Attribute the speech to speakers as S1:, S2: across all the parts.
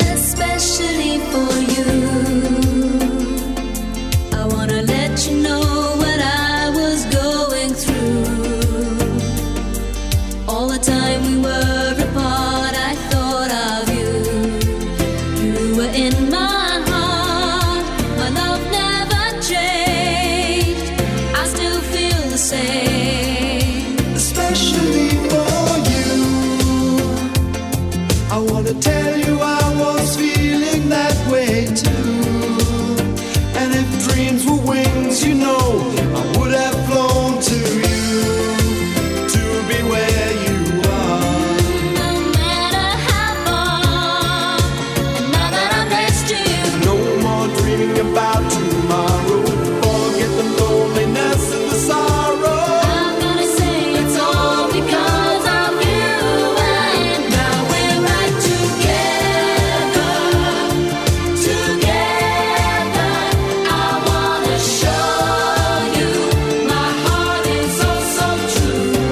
S1: especially for you. I wanna let you know what I was going through. All the time we were apart, I thought of you. You were in my heart, my love never changed. I still feel the same.
S2: especially for you. I wanna tell you I was feeling that way too. And if dreams were wings, you know I would have flown to you to be where you are.
S1: No matter how far, and now that I'm next to you.
S2: No more dreaming about tomorrow. Forget the loneliness and the sorrow.
S1: I'm gonna say it's all because of you and now we're right together, together. I wanna show you my heart is so so true,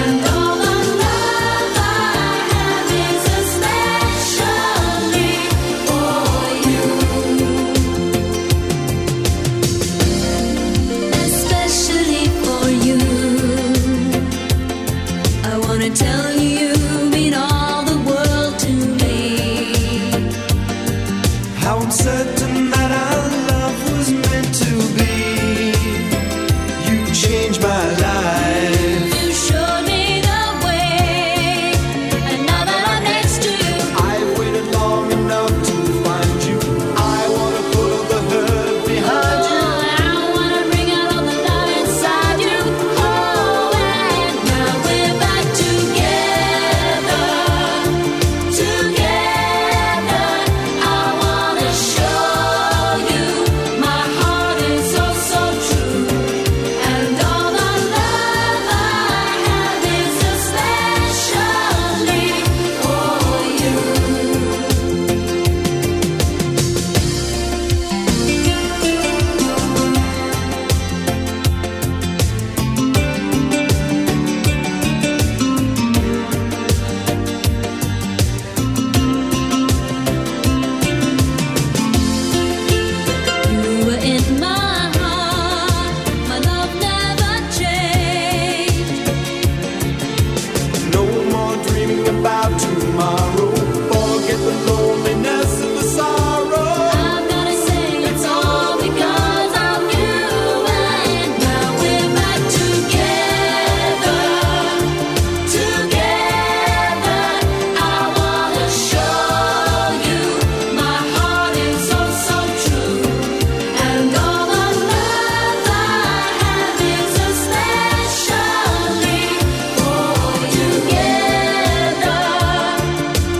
S1: and all the love I have is especially for you. especially for you. I wanna tell you you mean all the world to me.
S2: How I'm certain that our love was meant to be. You changed my life.
S1: You showed me the way, and now that I'm next to you,
S2: I waited long enough to find you. I wanna put the hurt behind you.
S1: oh, I wanna bring out all the love inside you. Oh, and now we're back together, together. I wanna show you my heart is so so true. And all the love I have is especially for you. You were in my heart, my love never changed.
S2: No more dreaming about tomorrow. Forget the loneliness and the sorrow.
S1: I'm gonna say it's all because of you and now we're back together, together. I wanna show you my heart is so so true, and all the love I have is especially for you. Together.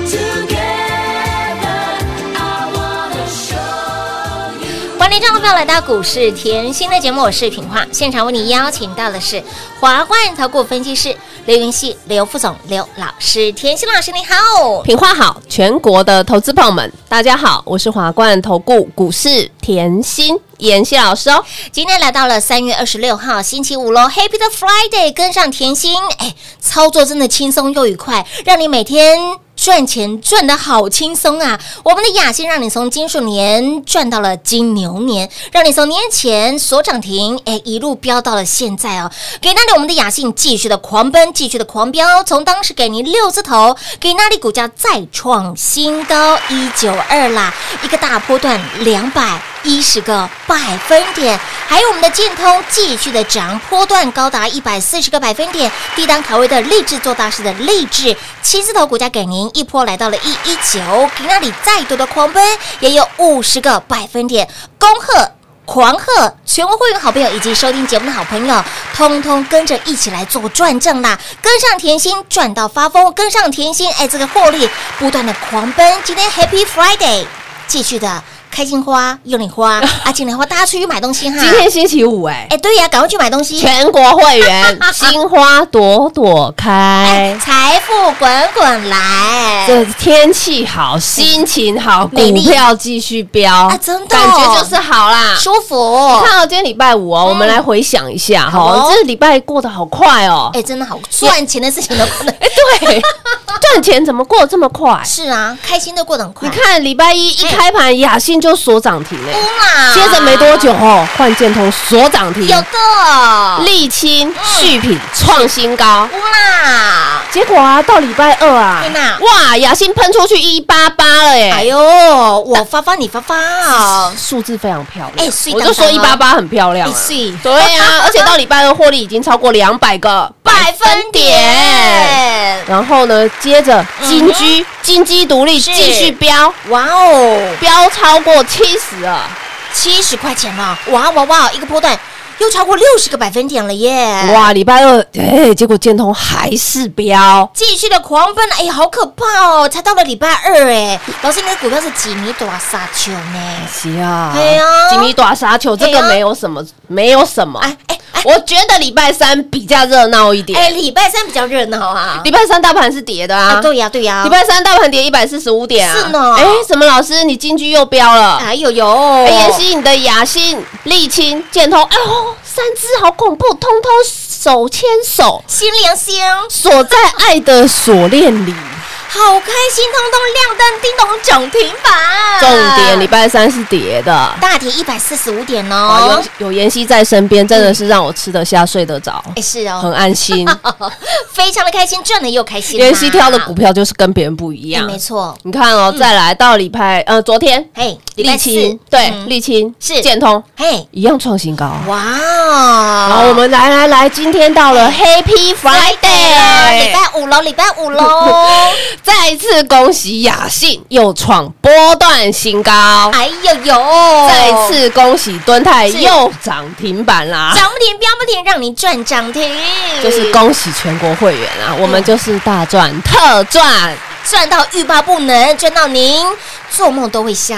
S1: Together, I wanna show you.
S3: 欢迎听众朋友来到股市甜心的节目，我是品化，现场为你邀请到的是华冠投顾分析师刘云熙、刘副总、刘老师，甜心老师你好。
S4: 品花好，全国的投资朋友们，大家好，我是华冠投顾股市甜心妍希老师哦。
S3: 今天来到了三月二十六号星期五喽，Happy 的 Friday，跟上甜心，哎，操作真的轻松又愉快，让你每天。赚钱赚得好轻松啊！我们的雅欣让你从金属年赚到了金牛年，让你从年前所涨停，哎，一路飙到了现在哦。给那里我们的雅信继续的狂奔，继续的狂飙，从当时给您六字头，给那里股价再创新高一九二啦，一个大波段两百一十个百分点，还有我们的建通继续的涨，波段高达一百四十个百分点，低档卡位的励志做大事的励志七字头股价给您一波来到了一一九，给那里再多的狂奔也有五十个百分点，恭贺！狂贺全国会员好朋友以及收听节目的好朋友，通通跟着一起来做转正啦！跟上甜心赚到发疯，跟上甜心，哎，这个获利不断的狂奔。今天 Happy Friday，继续的。开心花、幽灵 花啊，金莲花，大家出去买东西哈。
S4: 今天星期五哎、
S3: 哎，对呀，赶快去买东西。
S4: 全国会员心花朵朵开
S3: 哎，。财富滚滚来！
S4: 这天气好，心情好，股
S3: 美丽
S4: 票继续飙
S3: 啊真的
S4: 感觉就是好啦。
S3: 舒服
S4: 啊你。看哦，今天礼拜五哦，我们来回想一下哈、
S3: 嗯好哦
S4: 哦，这礼拜过得好快哦。
S3: 哎，真的好，赚钱的事情都过得
S4: 哎， 对，赚钱怎么过得这么快？
S3: 是啊，开心都过得很快。
S4: 你看礼拜一一
S3: 哎
S4: 开盘，雅信就锁涨停哎，
S3: 嘛，
S4: 接着没多久哦，换建通锁涨停，
S3: 有的
S4: 沥青续品创新高。
S3: 乌啦，
S4: 结果啊，到礼拜二啊
S3: 天哪，
S4: 哇，雅信喷出去一八八了
S3: 哎
S4: 哎，
S3: 呦，我发发你发发哦，
S4: 数字非常漂亮，
S3: 哎水
S4: 我
S3: 当
S4: 就
S3: 当
S4: 说一
S3: 哦
S4: 八八很漂亮
S3: 哎
S4: 啊，
S3: 水
S4: 对 啊，而且到礼拜二获利已经超过两百个
S3: 百分点，
S4: 然后呢，接着金居、金鸡独立
S3: 是
S4: 继续飙，
S3: 哇哦，
S4: 飙超过七十啊！
S3: 七十块钱了，哇哇哇，一个波段又超过六十个百分点了耶！，
S4: 哇，礼拜二哎，结果建通还是飙，
S3: 继续的狂奔，哎呀，好可怕哦！才到了礼拜二，哎，老师，你的股票是几米多沙丘呢？
S4: 是啊
S3: 哎呀
S4: 吉米打沙球这
S3: 哎
S4: 个
S3: 呀
S4: 没有什么，没有什么。
S3: 哎哎哎
S4: 我觉得礼拜三比较热闹一
S3: 哎，
S4: 点，
S3: 礼拜三比较热闹啊！
S4: 礼拜三大盘是跌的啊
S3: 啊，，对呀对呀
S4: 礼，拜三大盘跌一百四十五点啊，
S3: 是呢
S4: 哎，什么老师，你金居又飙了？
S3: 哎呦呦，
S4: 哎，妍希，你的雅欣、沥青、建通，哎呦，三只好恐怖，通通手牵手，
S3: 新良心，
S4: 锁在爱的锁链里。
S3: 好开心，通通亮灯，叮咚涨停板。
S4: 重点，礼拜三是跌的。
S3: 大跌一百四十五点
S4: 啊
S3: 哦。
S4: 有有妍希在身边，真的是让我吃得下、睡得着，
S3: 哎，是
S4: 很
S3: 哦，
S4: 安 心。
S3: 非常的开心，赚的又开心啦。
S4: 妍希挑的股票就是跟别人不一
S3: 哎
S4: 样
S3: 啊没。错，
S4: 你看哦，再来到礼拜呃，昨天
S3: 嘿，礼
S4: 沥
S3: 拜四
S4: 青，对
S3: 嗯
S4: 沥青
S3: 是
S4: 建通
S3: 嘿，
S4: 一样创新高。啊
S3: 哇
S4: 好，
S3: 哦，
S4: 我们来来来，今天到了 Happy
S3: 啦礼
S4: Friday，
S3: 拜五喽，礼拜五 喽，
S4: 再次恭喜雅信又创波段新高，
S3: 哎呦呦，
S4: 再次恭喜敦泰
S3: 是
S4: 又涨停板啦，
S3: 涨不停，飙不停，让你赚涨停，
S4: 就是恭喜全国会员啊，我们就是大赚特赚，
S3: 赚到欲罢不能，赚到您做梦都会笑。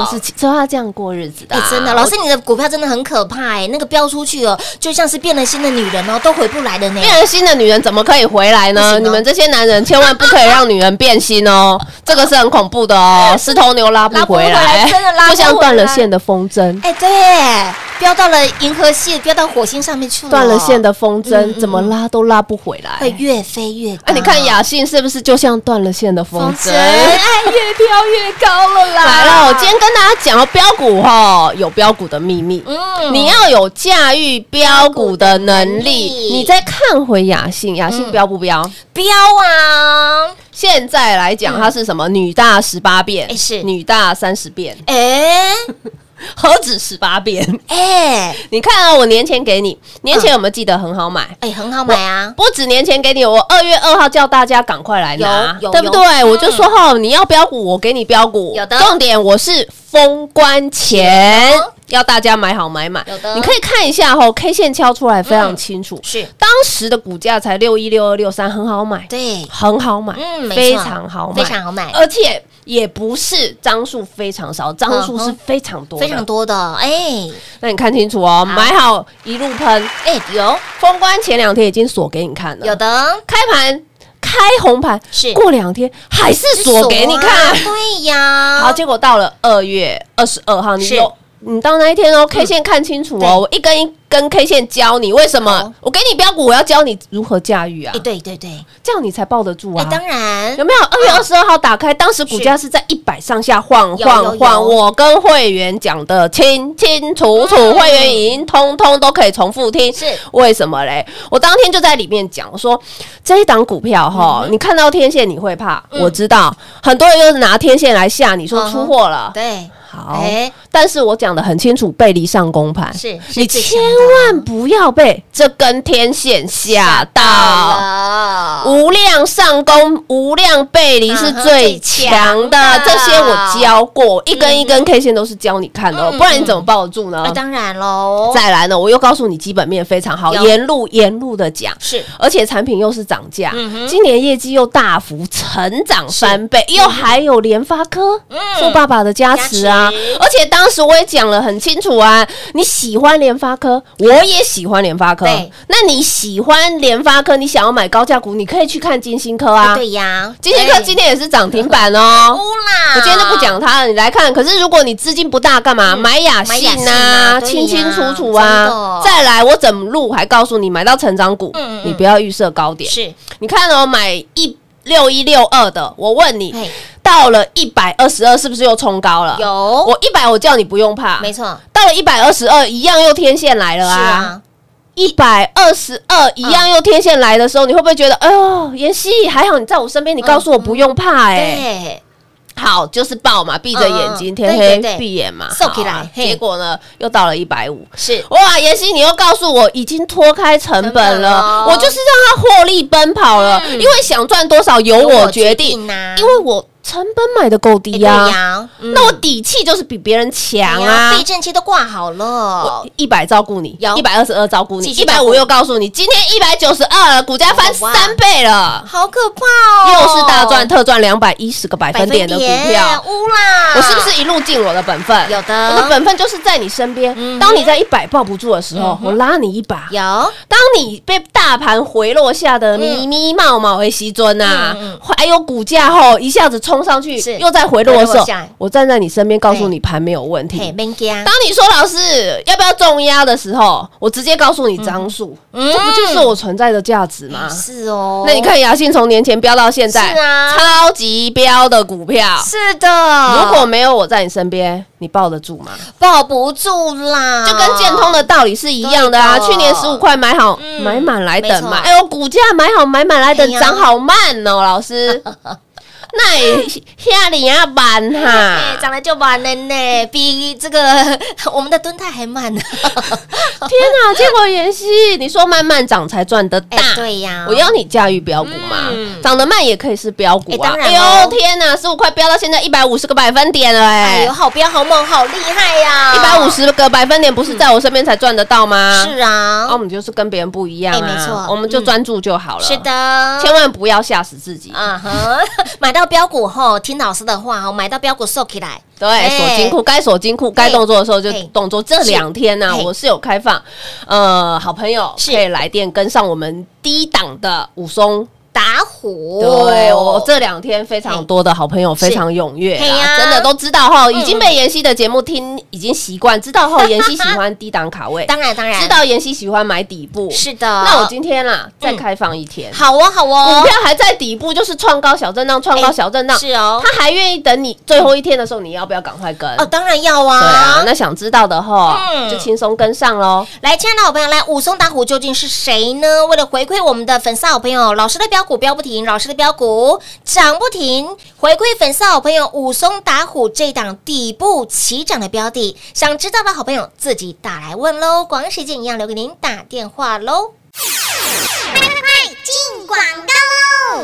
S4: 就是就要这样过日子的
S3: 哎
S4: 啊，，
S3: 真的，老师，你的股票真的很可怕哎、那个飙出去哦，就像是变了心的女人哦，都回不来的呢。
S4: 变了心的女人怎么可以回来
S3: 不行
S4: 呢？
S3: 哦
S4: 你们这些男人千万不可以让女人变心哦， 这个是很恐怖的哦，石头牛拉不
S3: 哎拉不
S4: 回
S3: 回
S4: 来
S3: 来真的拉，不
S4: 就像断
S3: 回
S4: 了
S3: 来
S4: 线的风筝。
S3: 哎、对，飙到了银河系，飙到火星上面去了，
S4: 断了线的风
S3: 嗯
S4: 筝，
S3: 嗯
S4: 怎么拉都拉不回来。
S3: 会越飞越高。
S4: 哎，你看雅信是不是就像断了线的风
S3: 风筝，
S4: 筝？
S3: 哎，越飙越高了啦！
S4: 来了，我今天跟大家讲哦，标股哈有标股的秘密，
S3: 嗯
S4: 你要有驾驭标股的能力。
S3: 标股的能力
S4: 你再看回雅信，雅
S3: 嗯
S4: 信标不标？
S3: 飙啊！
S4: 现在来讲，它是什么？女大十八变，
S3: 嗯哎是
S4: 女大三十 变，
S3: 哎
S4: 何止十八变？
S3: 哎
S4: 你看啊，我年前给你，年前有没有记得很好买？
S3: 哎，很好买啊！
S4: 不止年前给你，我二月二号叫大家赶快来拿，
S3: 有有嗯
S4: 对不对？我就说哈，你要标股，我给你标股。
S3: 有的
S4: 重点我是封关前要大家买好买满。
S3: 有的嗯
S4: 你可以看一下哈，K 线敲出来非常清楚，
S3: 是
S4: 当时的股价才六一六二六三，很好买，
S3: 对，
S4: 很好买，
S3: 嗯没错
S4: 非常好买，
S3: 非常好买
S4: 而且也不是张数非常少，张数是非常多，
S3: 嗯非常。多的哎
S4: 那你看清楚哦，买好一路喷，
S3: 哎，有
S4: 封关前两天已经锁给你看了，
S3: 有的
S4: 开盘开红盘，
S3: 是
S4: 过两天还是锁给你看
S3: 锁啊。对呀，
S4: 好，结果到了二月二十二号，你
S3: 是嗯
S4: 有你到那一天哦，K 线看清楚
S3: 对
S4: 哦，我一根一根 K 线教你为什
S3: 好
S4: 么，我给你标股，我要教你如何驾驭啊
S3: 哎，，对对对，
S4: 这样你才抱得住
S3: 哎，
S4: 啊。
S3: 当然
S4: 有没有二月二十二号打开，当时股价是在一百上下晃
S3: 有有
S4: 晃
S3: 有
S4: 晃，我跟会员讲的清清楚楚，
S3: 嗯
S4: 会员已经通通都可以重复听。
S3: 是
S4: 为什么嘞？我当天就在里面讲，我说这一档股票哈，你看到天线你会怕，
S3: 嗯
S4: 我知道很多人又拿天线来吓你，
S3: 嗯
S4: 说
S3: 哼
S4: 出货了。
S3: 对，
S4: 好
S3: 哎，
S4: 但是我讲的很清楚，背离上攻盘
S3: 是是
S4: 你
S3: 最
S4: 千
S3: 强的
S4: 万不要被这根天线吓到。
S3: 到了，
S4: 无量上攻、无量背离是最强的这
S3: 嗯哼，最强的
S4: 些我教过，一根一根 K 线都是教你看的哦，
S3: 嗯
S4: 不然你怎么抱得住呢
S3: 哎，？当然喽，
S4: 再来呢，我又告诉你基本面非常好，
S3: 有
S4: 沿路沿路的讲，
S3: 是
S4: 而且产品又是涨价
S3: 嗯哼，
S4: 今年业绩又大幅成长翻倍，又还有联发科富爸爸的加持
S3: 嗯加
S4: 啊
S3: 是！
S4: 而且当时我也讲了很清楚啊，你喜欢联发科，我也喜欢联发科
S3: 对。
S4: 那你喜欢联发科，你想要买高价股，你可以去看金星科
S3: 哎
S4: 啊。
S3: 对呀，
S4: 金星科今天也是涨停板哦。
S3: 乌啦，
S4: 我今天都不讲它了，你来看。可是如果你资金不大，干嘛、买雅
S3: 啊嗯买雅
S4: 信
S3: 信啊
S4: 啊，
S3: 对呀
S4: 清清楚楚
S3: 真的
S4: 啊？再来，我整路还告诉你，买到成长股，
S3: 嗯嗯
S4: 你不要预设高点。
S3: 是，
S4: 你看哦，买一六一六二的，我问你
S3: 嘿，
S4: 到了一百二十二是不是又冲高了？
S3: 有
S4: 我一百我叫你不用怕，
S3: 没。错，
S4: 到了一百二十二，一样又天线来了
S3: 是
S4: 啊！
S3: 啊，
S4: 一百二十二一样又天线来的时候，你会不会觉得，哎呦，妍希还好你在我身边，你告诉我不用怕哎、
S3: 嗯对，
S4: 好，就是爆嘛，闭着眼睛，
S3: 嗯嗯
S4: 天
S3: 对
S4: 黑
S3: 对对
S4: 闭眼嘛，
S3: 瘦起
S4: 好啊
S3: 来嘿
S4: 结果呢，又到了一百五。
S3: 是
S4: 哇，妍希，你又告诉我已经脱开成
S3: 成本
S4: 本
S3: 了
S4: 了，我就是让他获利奔跑了，因为想赚多少由
S3: 由
S4: 我
S3: 我
S4: 决
S3: 决
S4: 定
S3: 定呐
S4: 因为我成本买的够
S3: 哎
S4: 低
S3: 对
S4: 呀，
S3: 呀，嗯
S4: 那我底气就是比别人强
S3: 对
S4: 啊
S3: 呀，避震器都挂好了，
S4: 一百照顾你，
S3: 有
S4: 一百二十二照顾你，
S3: 继续
S4: 一
S3: 照
S4: 百
S3: 顾
S4: 五又告诉你，今天一百九十二了，股价翻
S3: 哇
S4: 三倍了，
S3: 好可怕哦，
S4: 又是大赚特赚两百一十个百分点的股票，
S3: 乌啦，
S4: 我是不是一路尽我的本分？
S3: 有的
S4: 我的本分就是在你身边。
S3: 嗯哼嗯
S4: 当你在一百抱不住的时候，我拉你一把；
S3: 有？
S4: 当你被大盘回落下的咪咪冒冒为席尊呐
S3: 嗯嗯，
S4: 啊还有股价后一下子冲上去
S3: 是，
S4: 又再回落的时
S3: 回
S4: 候
S3: 落下来，
S4: 我站在你身边，告诉你盘没有问
S3: 嘿，
S4: 题。
S3: 免惊，
S4: 当你说老师要不要重压的时候，我直接告诉你张数，
S3: 嗯
S4: 这不就是我存在的价值吗？
S3: 是哦，
S4: 那你看雅信从年前飙到现在，
S3: 是啊
S4: 超级飙的股票，
S3: 是的，
S4: 如果没有我在你身边，你抱得住吗？
S3: 抱不住啦，
S4: 就跟建通的道理是一样的啊。
S3: 啊对的
S4: 去年十五块买好，
S3: 嗯
S4: 买满来等嘛。
S3: 没
S4: 哎呦，股价买好，买满来等
S3: 哎，呀
S4: 涨好慢哦，老 师。那也下里要慢
S3: 哎
S4: 哈！
S3: 长得就晚了呢，比这个 我们的蹲态还慢 呢。
S4: 天哪，结果妍希，你说慢慢涨才赚得大
S3: 哎，，对呀，
S4: 我要你驾驭标股嘛
S3: 嗯，
S4: 涨得慢也可以是标股啊
S3: 哎当！然
S4: 哎
S3: 哦
S4: 呦，天哪，十五块飙到现在一百五十个百分点了
S3: 哎
S4: 哎
S3: 呦，，好彪好猛，好厉害呀，
S4: 一百五十个百分点不是在我身边才赚得到吗？
S3: 是啊
S4: 啊，我，们就是跟别人不一样、啊
S3: 哎没错嗯
S4: 我们就专注就好了。
S3: 是，的，
S4: 千万不要吓死自己。
S3: 啊哈， 买到标股后，听老师的话哦，买到标股收起来，
S4: 对，锁金库该锁金库，该动作的时候就
S3: 哎嘿
S4: 动作。这两天呢、
S3: 嘿
S4: 我是有开放，呃，好朋友
S3: 是
S4: 可以来电跟上我们低档的武松。
S3: 打虎，
S4: 对我这两天非常多的好朋友非常踊跃
S3: 嘿呀
S4: 啊，真的都知道哈，已
S3: 嗯
S4: 经被妍希的节目听已经习惯，知道后妍希喜欢低档卡位，
S3: 当然当然
S4: 知道妍希喜欢买底部，
S3: 是的，
S4: 那我今天啦，再
S3: 嗯
S4: 开放一天，
S3: 好哦好哦
S4: 股，票还在底部，就是创高小震荡，创高小震荡，
S3: 是哦，
S4: 他还愿意等你最后一天的时候，你要不要赶快跟？
S3: 哦当然要
S4: 对啊
S3: 啊，，
S4: 那想知道的吼
S3: 嗯，
S4: 就轻松跟上喽。
S3: 来，亲爱的好朋友，来武松打虎究竟是谁呢？为了回馈我们的粉丝好朋友，老师的标股标不停，老师的标股涨不停，回馈粉丝好朋友武松打虎这档底部起涨的标的，想知道的好朋友自己打来问喽。广告时间一样留给您打电话喽。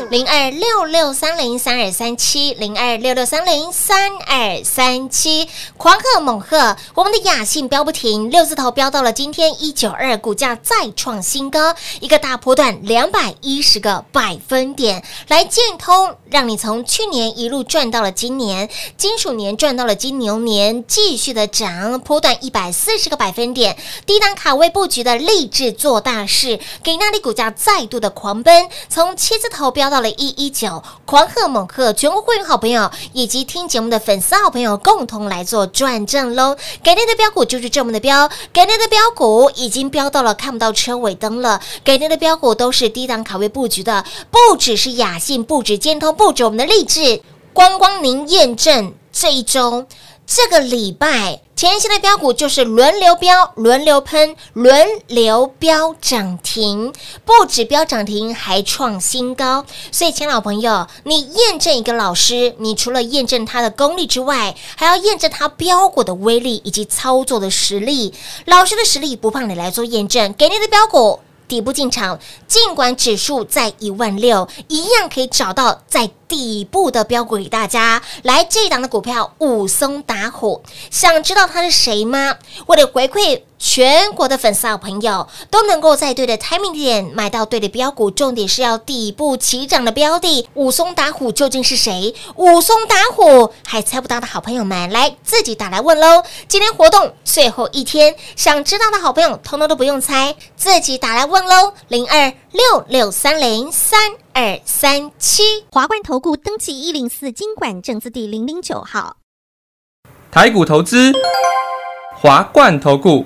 S3: 零二六六三零三二三七，零二六六三零三二三七，狂贺猛贺！我们的雅信飙不停，六字头飙到了今天一九二，股价再创新高，一个大波段两百一十个百分点，来建通，让你从去年一路赚到了今年，金属年赚到了金牛年，继续的涨，波段一百四十个百分点，低档卡位布局的励志做大事，给那里股价再度的狂奔，从七字头飙到了一一九，狂贺猛贺！全国会员好朋友以及听节目的粉丝好朋友共同来做转正喽！给您的标股就是这么的标，给您的标股已经飙到了看不到车尾灯了，给您的标股都是低档卡位布局的，不只是雅信，不止建通，不止我们的励志，光光您验证这一周。这个礼拜前些的标股就是轮流标、轮流喷、轮流标涨停，不止标涨停，还创新高。所以，亲爱的老朋友，你验证一个老师，你除了验证他的功力之外，还要验证他标股的威力以及操作的实力。老师的实力不怕你来做验证，给你的标股底部进场，尽管指数在一万六，一样可以找到在底部的标股给大家。来，这一档的股票武松打虎，想知道它是谁吗？为了回馈。全国的粉丝好朋友都能够在对的 timing 点买到对的标股，重点是要底部起涨的标的。武松打虎究竟是谁？武松打虎还猜不到的好朋友们，来自己打来问喽。今天活动最后一天，想知道的好朋友通通都不用猜，自己打来问喽。零二六六三零三二三七。
S5: 华冠投顾登记一零四经管证字第零零九号。
S6: 台股投资，华冠投顾。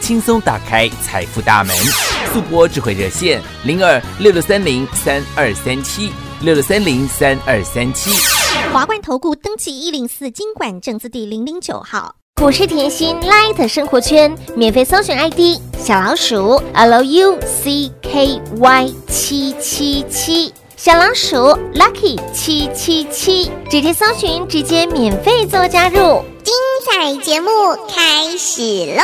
S7: 轻松打开财富大门。速播智慧热线零二六六三零三二三七六六三零三二三七。
S5: 华冠投顾登记一零四经管证字第零零九号。
S3: 股市甜心 Light 生活圈免费搜寻 ID 小老鼠 Lucky 七七七，小老鼠 Lucky 七七七，直接搜寻，直接免费做加入。
S5: 彩节目开始喽！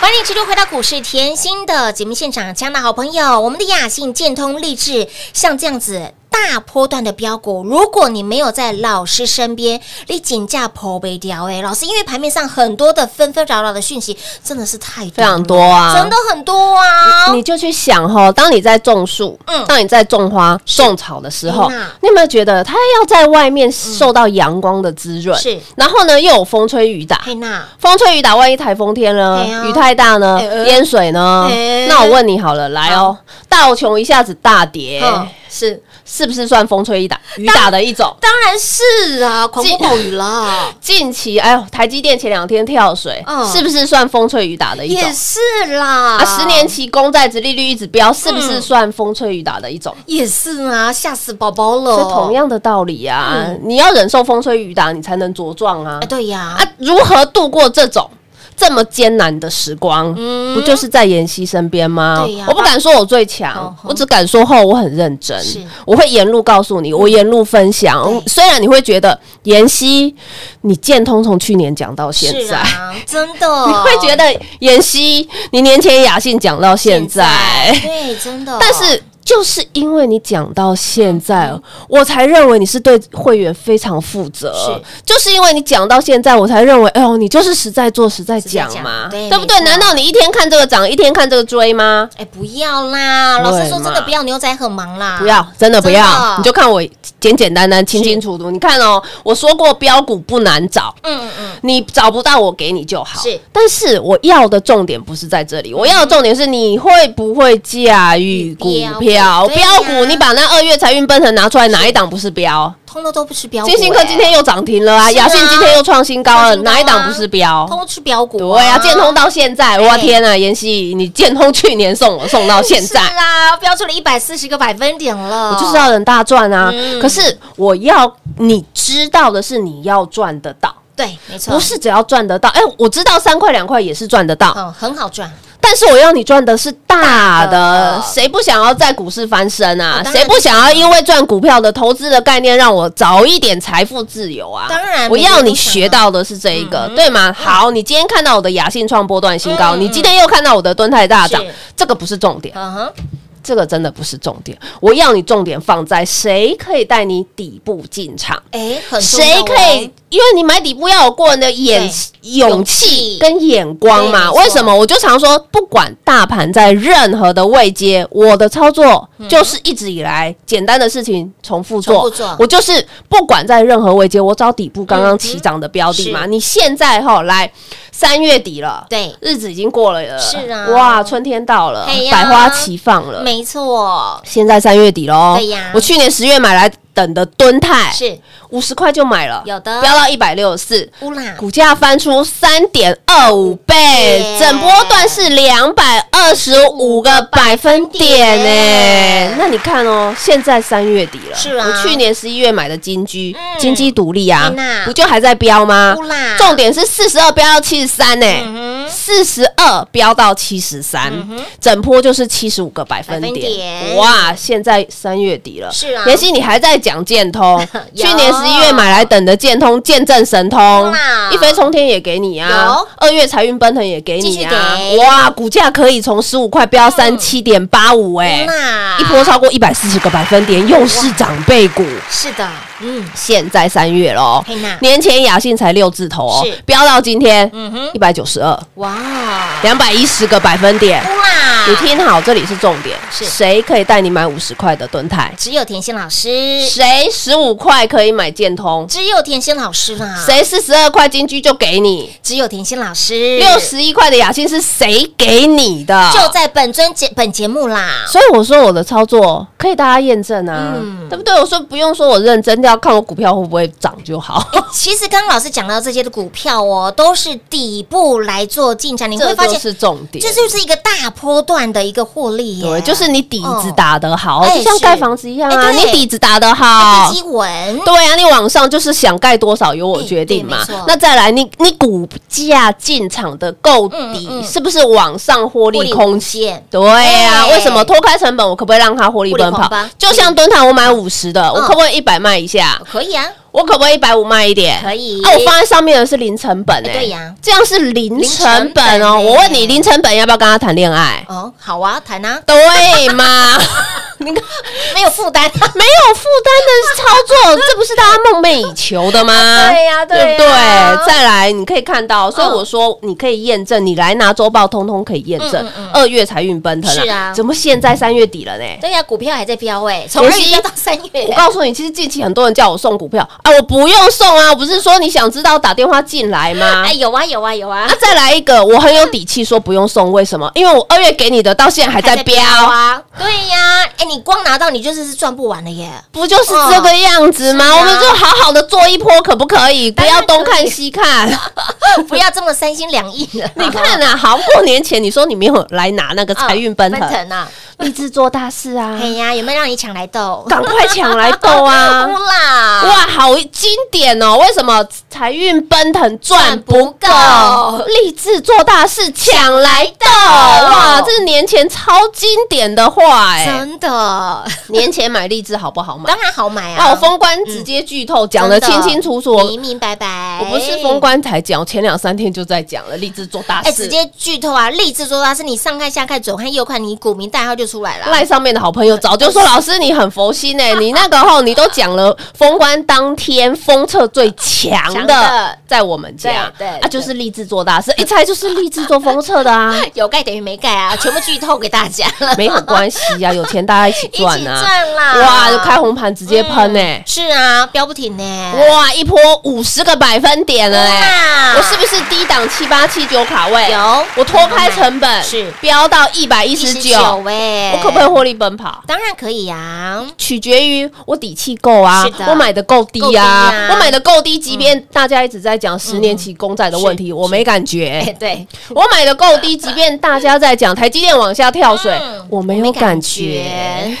S3: 欢迎持续回到股市甜心的节目现场，亲爱的好朋友，我们的雅信、建通、励志，像这样子大波段的标股，如果你没有在老师身边，你紧价破被掉哎，老师，因为盘面上很多的纷纷扰扰的讯息，真的是太
S4: 非
S3: 多了
S4: 常多啊，
S3: 真的很多啊，
S4: 你就去想哈、当你在种树，
S3: 嗯
S4: 当你在种花、种草的时候
S3: 天哪，
S4: 你有没有觉得它要在外面受到阳光的滋润？
S3: 嗯是
S4: 然后呢，又有风吹雨打。
S3: 佩娜，
S4: 风吹雨打，万一台风天呢
S3: 哎？呀
S4: 雨太大呢
S3: 哎呃？
S4: 淹水呢
S3: 哎？
S4: 那我问你好了，来哦，道琼一下子大跌，
S3: 嗯，是，
S4: 是不是算风吹雨打？雨打的一种。
S3: 当然是啊，狂风
S4: 这
S3: 暴雨啦，
S4: 近期，哎呦，台积电前两天跳水
S3: 嗯，
S4: 是不是算风吹雨打的一种
S3: 也？是啦，
S4: 啊，十年期公债值利率一直飙，是不是算风吹雨打的一种？
S3: 也是啊，吓死宝宝了，
S4: 是同，样的道理啊，
S3: 嗯
S4: 你要忍受风吹雨打，你才能茁壮啊
S3: 哎，。对呀，
S4: 啊，如何度过这种这么艰难的时光？
S3: 嗯
S4: 不就是在妍希身边吗
S3: 对呀？
S4: 我不敢说我最
S3: 哦
S4: 强，
S3: 哦
S4: 我只敢说后我很认真
S3: 是，嗯
S4: 我会沿路告诉你，我沿路分享
S3: 对。
S4: 虽然你会觉得妍希，你建通从去年讲到现
S3: 是
S4: 在，
S3: 啊，真的，
S4: 你会觉得妍希，你年前雅信讲到现在，
S3: 对，真的。
S4: 但是就是因为你讲到现在，我才认为你是对会员非常负责。就是因为你讲到现在，我才认为，哎呦，你就是实在做实在讲嘛，
S3: 实在讲对
S4: 不对
S3: 没？错
S4: 难道你一天看这个涨，一天看这个追吗？
S3: 哎，不要啦！
S4: 对
S3: 老师说真的，
S4: 嘛
S3: 不要牛仔很忙啦，
S4: 不要，真的不要
S3: 啊真的，
S4: 你就看我简简单单、清清楚楚。你看哦，我说过标股不难找，
S3: 嗯，嗯嗯
S4: 你找不到我给你就好。
S3: 是，嗯
S4: 但是我要的重点不是在这里，我要的重点是你会不会驾驭股
S3: 标股
S4: 票
S3: 对呀
S4: 标股？你把那二月财运奔腾拿出来，哪一档不是标？
S3: 嗯，通通都不是标股。
S4: 金星科今天又涨停了啊，
S3: 是啊
S4: 雅信今天又创新高
S3: 创
S4: 了，
S3: 新高啊
S4: 哪一档不是
S3: 哎通
S4: 标？
S3: 通啊吃标股，
S4: 对呀，建通到现在，我
S3: 哎
S4: 天啊，妍希，你建通去年送我送到现
S3: 是
S4: 在。
S3: 啊，标出了一百四十个百分点了，
S4: 我就是要人大赚啊！
S3: 嗯
S4: 可是我要你知道的是，你要赚得到，
S3: 对，没错，
S4: 不是啊只要赚得到。哎、我知道三块两块也是赚得到，
S3: 嗯，很好赚，
S4: 但是我要你赚的是大
S3: 大
S4: 的
S3: 的，
S4: 谁不想要在股市翻身啊
S3: 哦？当然
S4: 谁不想要因为赚股票的投资的概念，让我早一点财富自由啊？
S3: 当然
S4: 我
S3: 每个人
S4: 要你
S3: 都想啊
S4: 学到的是这一个，对吗？好，你今天看到我的雅信创波段新高，
S3: 嗯
S4: 你今天又看到我的敦泰大涨
S3: 是，
S4: 这个不是重点，
S3: 嗯哼，
S4: 这个真的不是重点。我要你重点放在谁可以带你底部进场。
S3: 哎，很重要
S4: 谁
S3: 哦
S4: 可以因为你买底部要有过人的眼勇
S3: 勇气
S4: 气跟眼光嘛。
S3: 对没错
S4: 为什么？我就常说，不管大盘在任何的位阶，我的操作就是一直以来简单的事情重复做。
S3: 嗯重复做
S4: 我就是不管在任何位阶，我找底部刚刚起涨的标的嘛。
S3: 是
S4: 你现在哈来三月底了，
S3: 嗯对
S4: 日子已经过了，
S3: 是啊
S4: 哇，春天到了
S3: 哎，呀
S4: 百花齐放了，
S3: 没错，
S4: 现在三月底喽，
S3: 对呀
S4: 我去年十月买来等的敦泰
S3: 是
S4: 五十块就买了，
S3: 有的
S4: 飙到一百六十四，
S3: 乌啦，
S4: 股价翻出三点二五倍
S3: 耶，
S4: 整波段是两百二十五个百分点呢、
S3: 耶
S4: 那你看哦，现在三月底了，
S3: 是啊
S4: 我去年十一月买的金居，
S3: 嗯
S4: 金居独立啊
S3: 天哪，
S4: 不就还在飙吗
S3: 乌？啦，
S4: 重点是四十二飙到七十三呢。
S3: 嗯哼，
S4: 四十二飙到七十三，整波就是七十五个百分
S3: 嗯百分点
S4: 点。哇，现在三月底了，
S3: 是啊，
S4: 妍希你还在讲建通去
S3: 有
S4: 年十一月买来等的建通见证神通
S3: 哇，
S4: 一飞冲天也给你啊
S3: 有，
S4: 二月财运奔腾也给你啊
S3: 继续给，
S4: 哇，股价可以从十五块飙三七点八五，哎
S3: 乌，啦，
S4: 一波超过一百四十个百分点，又是长辈股。
S3: 是的，嗯，
S4: 现在三月喽
S3: 嘿娜，
S4: 年前雅信才六字头哦
S3: 是，
S4: 飙到今天
S3: 嗯哼，
S4: 一百九十二。
S3: 哇，
S4: 两百一十个百分点。
S3: 乌啦，
S4: 你听好，这里是重点，
S3: 是
S4: 谁可以带你买五十块的盾泰？
S3: 只有甜心老师，
S4: 谁十五块可以买建通？
S3: 只有甜心老师啦，
S4: 谁四十二块金居就给你？
S3: 只有甜心老师，
S4: 六十一块的雅信是谁给你的？
S3: 就在本尊节本节目啦，
S4: 所以我说我的操作可以大家验证啊，
S3: 嗯
S4: 对不对？我说不用说我认真，要看我股票会不会涨就好。
S3: 其实刚刚老师讲到这些的股票哦，都是底部来做进场，你会
S4: 这
S3: 发
S4: 就
S3: 现
S4: 是重点。
S3: 这就是一个大波段的一个获利耶，
S4: 对，就是你底子打得好，
S3: 哦哎
S4: 就像盖
S3: 是
S4: 房子一样
S3: 哎
S4: 啊，
S3: 对哎
S4: 你底子打得好，
S3: 地基稳，
S4: 对啊，你往上就是想盖多少由我
S3: 哎
S4: 决定嘛
S3: 对没错。
S4: 那再来，你你股价进场的够
S3: 嗯嗯
S4: 低，是不是往上获
S3: 获
S4: 利
S3: 利
S4: 空
S3: 空
S4: 间？
S3: 间，
S4: 对呀、啊，
S3: 对
S4: 为什么脱开成本，我可不可以让它获利奔
S3: 获利
S4: 跑
S3: 狂奔？嗯
S4: 就像蹲塔，我买五十的，我可不可以一百卖一下？
S3: 可以啊，
S4: 我可不可以一百五卖一点？
S3: 可以
S4: 啊，我放在上面的是零成本哎、
S3: 哎对呀
S4: 这样是零成本哦。
S3: 零成本哎
S4: 我问你，零成本要不要跟他谈恋 爱？
S3: 哦，好啊，谈啊，
S4: 对嘛？你看。
S3: 没有 负担，
S4: 没有负担的操作，这不是大家梦寐以求的吗？
S3: 啊对嗯呀对呀
S4: 啊对不对？再来，你可以看到，所以我说你可以验证，你来拿周报，通通可以验证。二月财运奔腾
S3: 嗯是啊
S4: 怎么现在三月底了呢？
S3: 对呀，股票还在飙哎，从二
S4: 妍
S3: 月
S4: 希
S3: 飙到三月
S4: 我，告诉你，其实近期很多人叫我送股票啊，我不用送啊，我不是说你想知道打电话进来吗
S3: 哎，？有啊有啊有啊
S4: 啊，，再来一个，我很有底气说不用送，为什么？因为我二月给你的到现在还在飙，
S3: 啊，对呀，哎，你光拿到你就是赚不完 了耶，
S4: 不就是这个样子吗？
S3: 嗯是啊嗯
S4: 我们就好好的做一波，可不可以？不
S3: 当然
S4: 要
S3: 可以
S4: 东看西 看。
S3: 不要这么三心两意了，
S4: 你看啊，好过年前你说你没有来拿那个 财运奔
S3: 嗯奔
S4: 腾，
S3: 腾啊，
S4: 立志做大事啊
S3: 哎，呀，有没有让你抢来斗？
S4: 赶快抢来购啊！
S3: 乌啦，
S4: 哇，好经典哦！为什么财运奔腾赚不
S3: 赚不
S4: 够，立志做大事抢来到？哇，这是年前超经典的话哎！
S3: 真的，
S4: 年前买励志好不好买？
S3: 当然好买啊！
S4: 哦那我封关直接剧透，讲的
S3: 真
S4: 清清楚楚。
S3: 明明白白。
S4: 我不是封，关才讲，我前两三天就在讲了，立志做大
S3: 哎，
S4: 事
S3: 直。接剧透啊！励志说它是你上看、下看、左看、右看，你股民代号就出来了。
S4: 赖上面的好朋友早就说：“老师，你很佛心哎、你那个后你都讲了，封关当天封测最强
S3: 强
S4: 的
S3: 的
S4: 在我们家，
S3: 对对
S4: 啊，就是立志做大事，一猜就是立志做封测的啊，
S3: 有盖等于没盖啊，全部剧透给大家了，
S4: 没有关系啊，有钱大家一起
S3: 一
S4: 赚
S3: 起
S4: 啊，
S3: 赚嗯啦！
S4: 哇，就开红盘直接喷哎、
S3: 是啊，飙不停呢。
S4: 哇，一波五十个百分点了哎、
S3: 哇
S4: 我是不是低档七八七九卡位？
S3: 有
S4: 我脱开成本
S3: 是
S4: 飙到一百一十九，
S3: 19哎，
S4: 我可不可以？获利奔跑？
S3: 当然可 以呀，
S4: 取决于我底气够啊
S3: 是的，
S4: 我买的够低
S3: 够低
S4: 啊
S3: 啊，
S4: 我买的够低，即便大家一直在讲十年期公债的问题，我没感
S3: 哎，
S4: 觉。
S3: 对，
S4: 我买的够低，即便大家在讲台积电往下跳 水，我没有感觉。
S3: 觉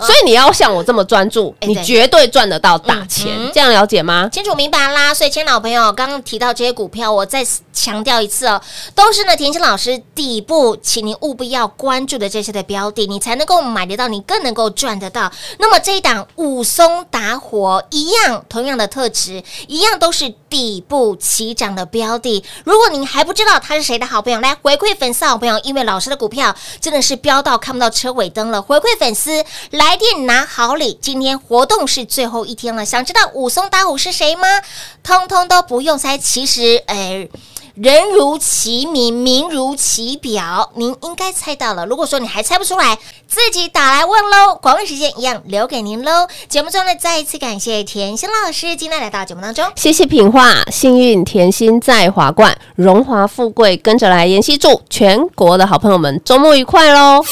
S4: 所以你要像我这么专注，
S3: 嗯哎
S4: 你
S3: 对嗯
S4: 绝对赚得到大钱。这样了解吗？
S3: 清楚明白啦，所以，亲爱的老朋友，刚刚提到这些股票，我再强调一次哦，都是呢，田心老师底部，请您务必要关注的这些车的标的，你才能够买得到，你更能够赚得到。那么这一档武松打火一样，同样的特质，一样都是底部起涨的标的。如果您还不知道他是谁的好朋友，来回馈粉丝好朋友，因为老师的股票真的是飙到看不到车尾灯了。回馈粉丝来电拿好礼，今天活动是最后一天了。想知道武松打虎是谁吗？通通都不用猜，其实，哎、人如其名，名如其表，您应该猜到了。如果说你还猜不出来，自己打来问喽。广告时间一样留给您喽。节目中呢，再一次感谢甜心老师今天来到节目当中。
S4: 谢谢品画，幸运甜心在华冠，荣华富贵跟着来。妍希祝全国的好朋友们周末愉快喽！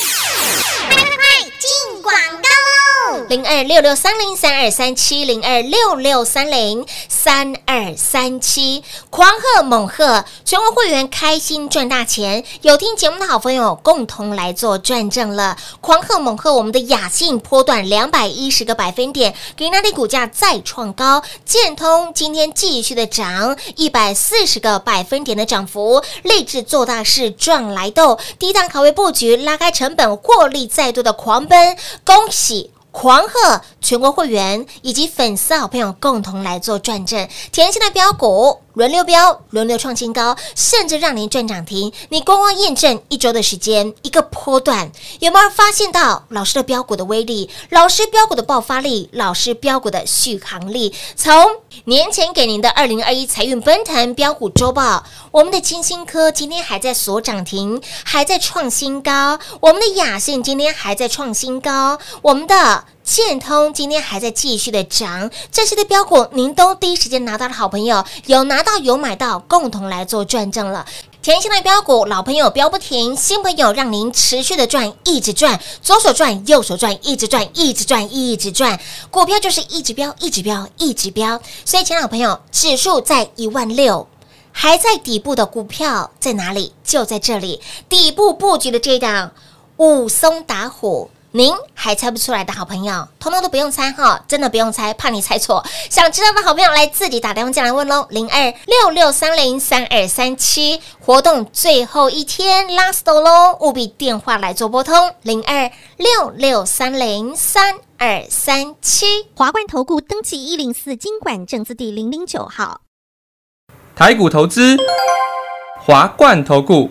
S3: 零二六六三零三二三七零二六六三零三二三七，狂贺猛贺，全国会员开心赚大钱！有听节目的好朋友，共同来做转正了。狂贺猛贺，我们的雅信波段两百一十个百分点，给那里股价再创高，建通今天继续的涨一百四十个百分点的涨幅，立志做大事赚来豆，低档卡位布局，拉开成本，获利再度的狂奔，恭喜！狂贺全国会员以及粉丝好朋友共同来做转正，甜心的标股轮流标，轮流创新高，甚至让您赚涨停。你光光验证一周的时间，一个波段，有没有发现到老师的标股的威力？老师标股的爆发力，老师标股的续航力。从年前给您的二零二一财运奔腾标股周报，我们的金星科今天还在锁涨停，还在创新高；我们的雅信今天还在创新高，我们的。建通今天还在继续的涨，这些的标股您都第一时间拿到的好朋友，有拿到有买到，共同来做转正了。甜心的标股，老朋友标不停，新朋友让您持续的赚，一直赚，左手赚，右手赚，一直赚，一直赚，一直赚。股票就是一直标，一直标，一直标。所以，亲爱的朋友，指数在一万六。还在底部的股票在哪里？就在这里，底部布局的这一档武松打虎。您还猜不出来的好朋友，通通都不用猜哈，真的不用猜，怕你猜错。想知道的好朋友来自己打电话进来问喽，零二六六三零三二三七，活动最后一天，last 喽，务必电话来做拨通，零二六六三零三二三七。
S5: 华冠投顾登记一零四经管证字第零零九号，
S6: 台股投资，华冠投顾。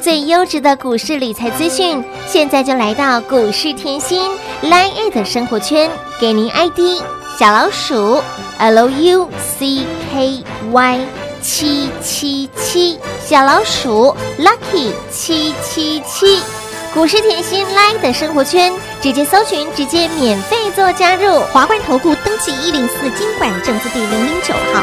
S3: 最优质的股市理财资讯，现在就来到股市甜心 Line A 的生活圈，给您 ID 小老鼠 Lucky 七七七，小老鼠 Lucky 七七七。股市甜心 Line 的生活圈，直接搜寻，直接免费做加入。
S5: 华冠投顾登记一零四经管证字第零零九号。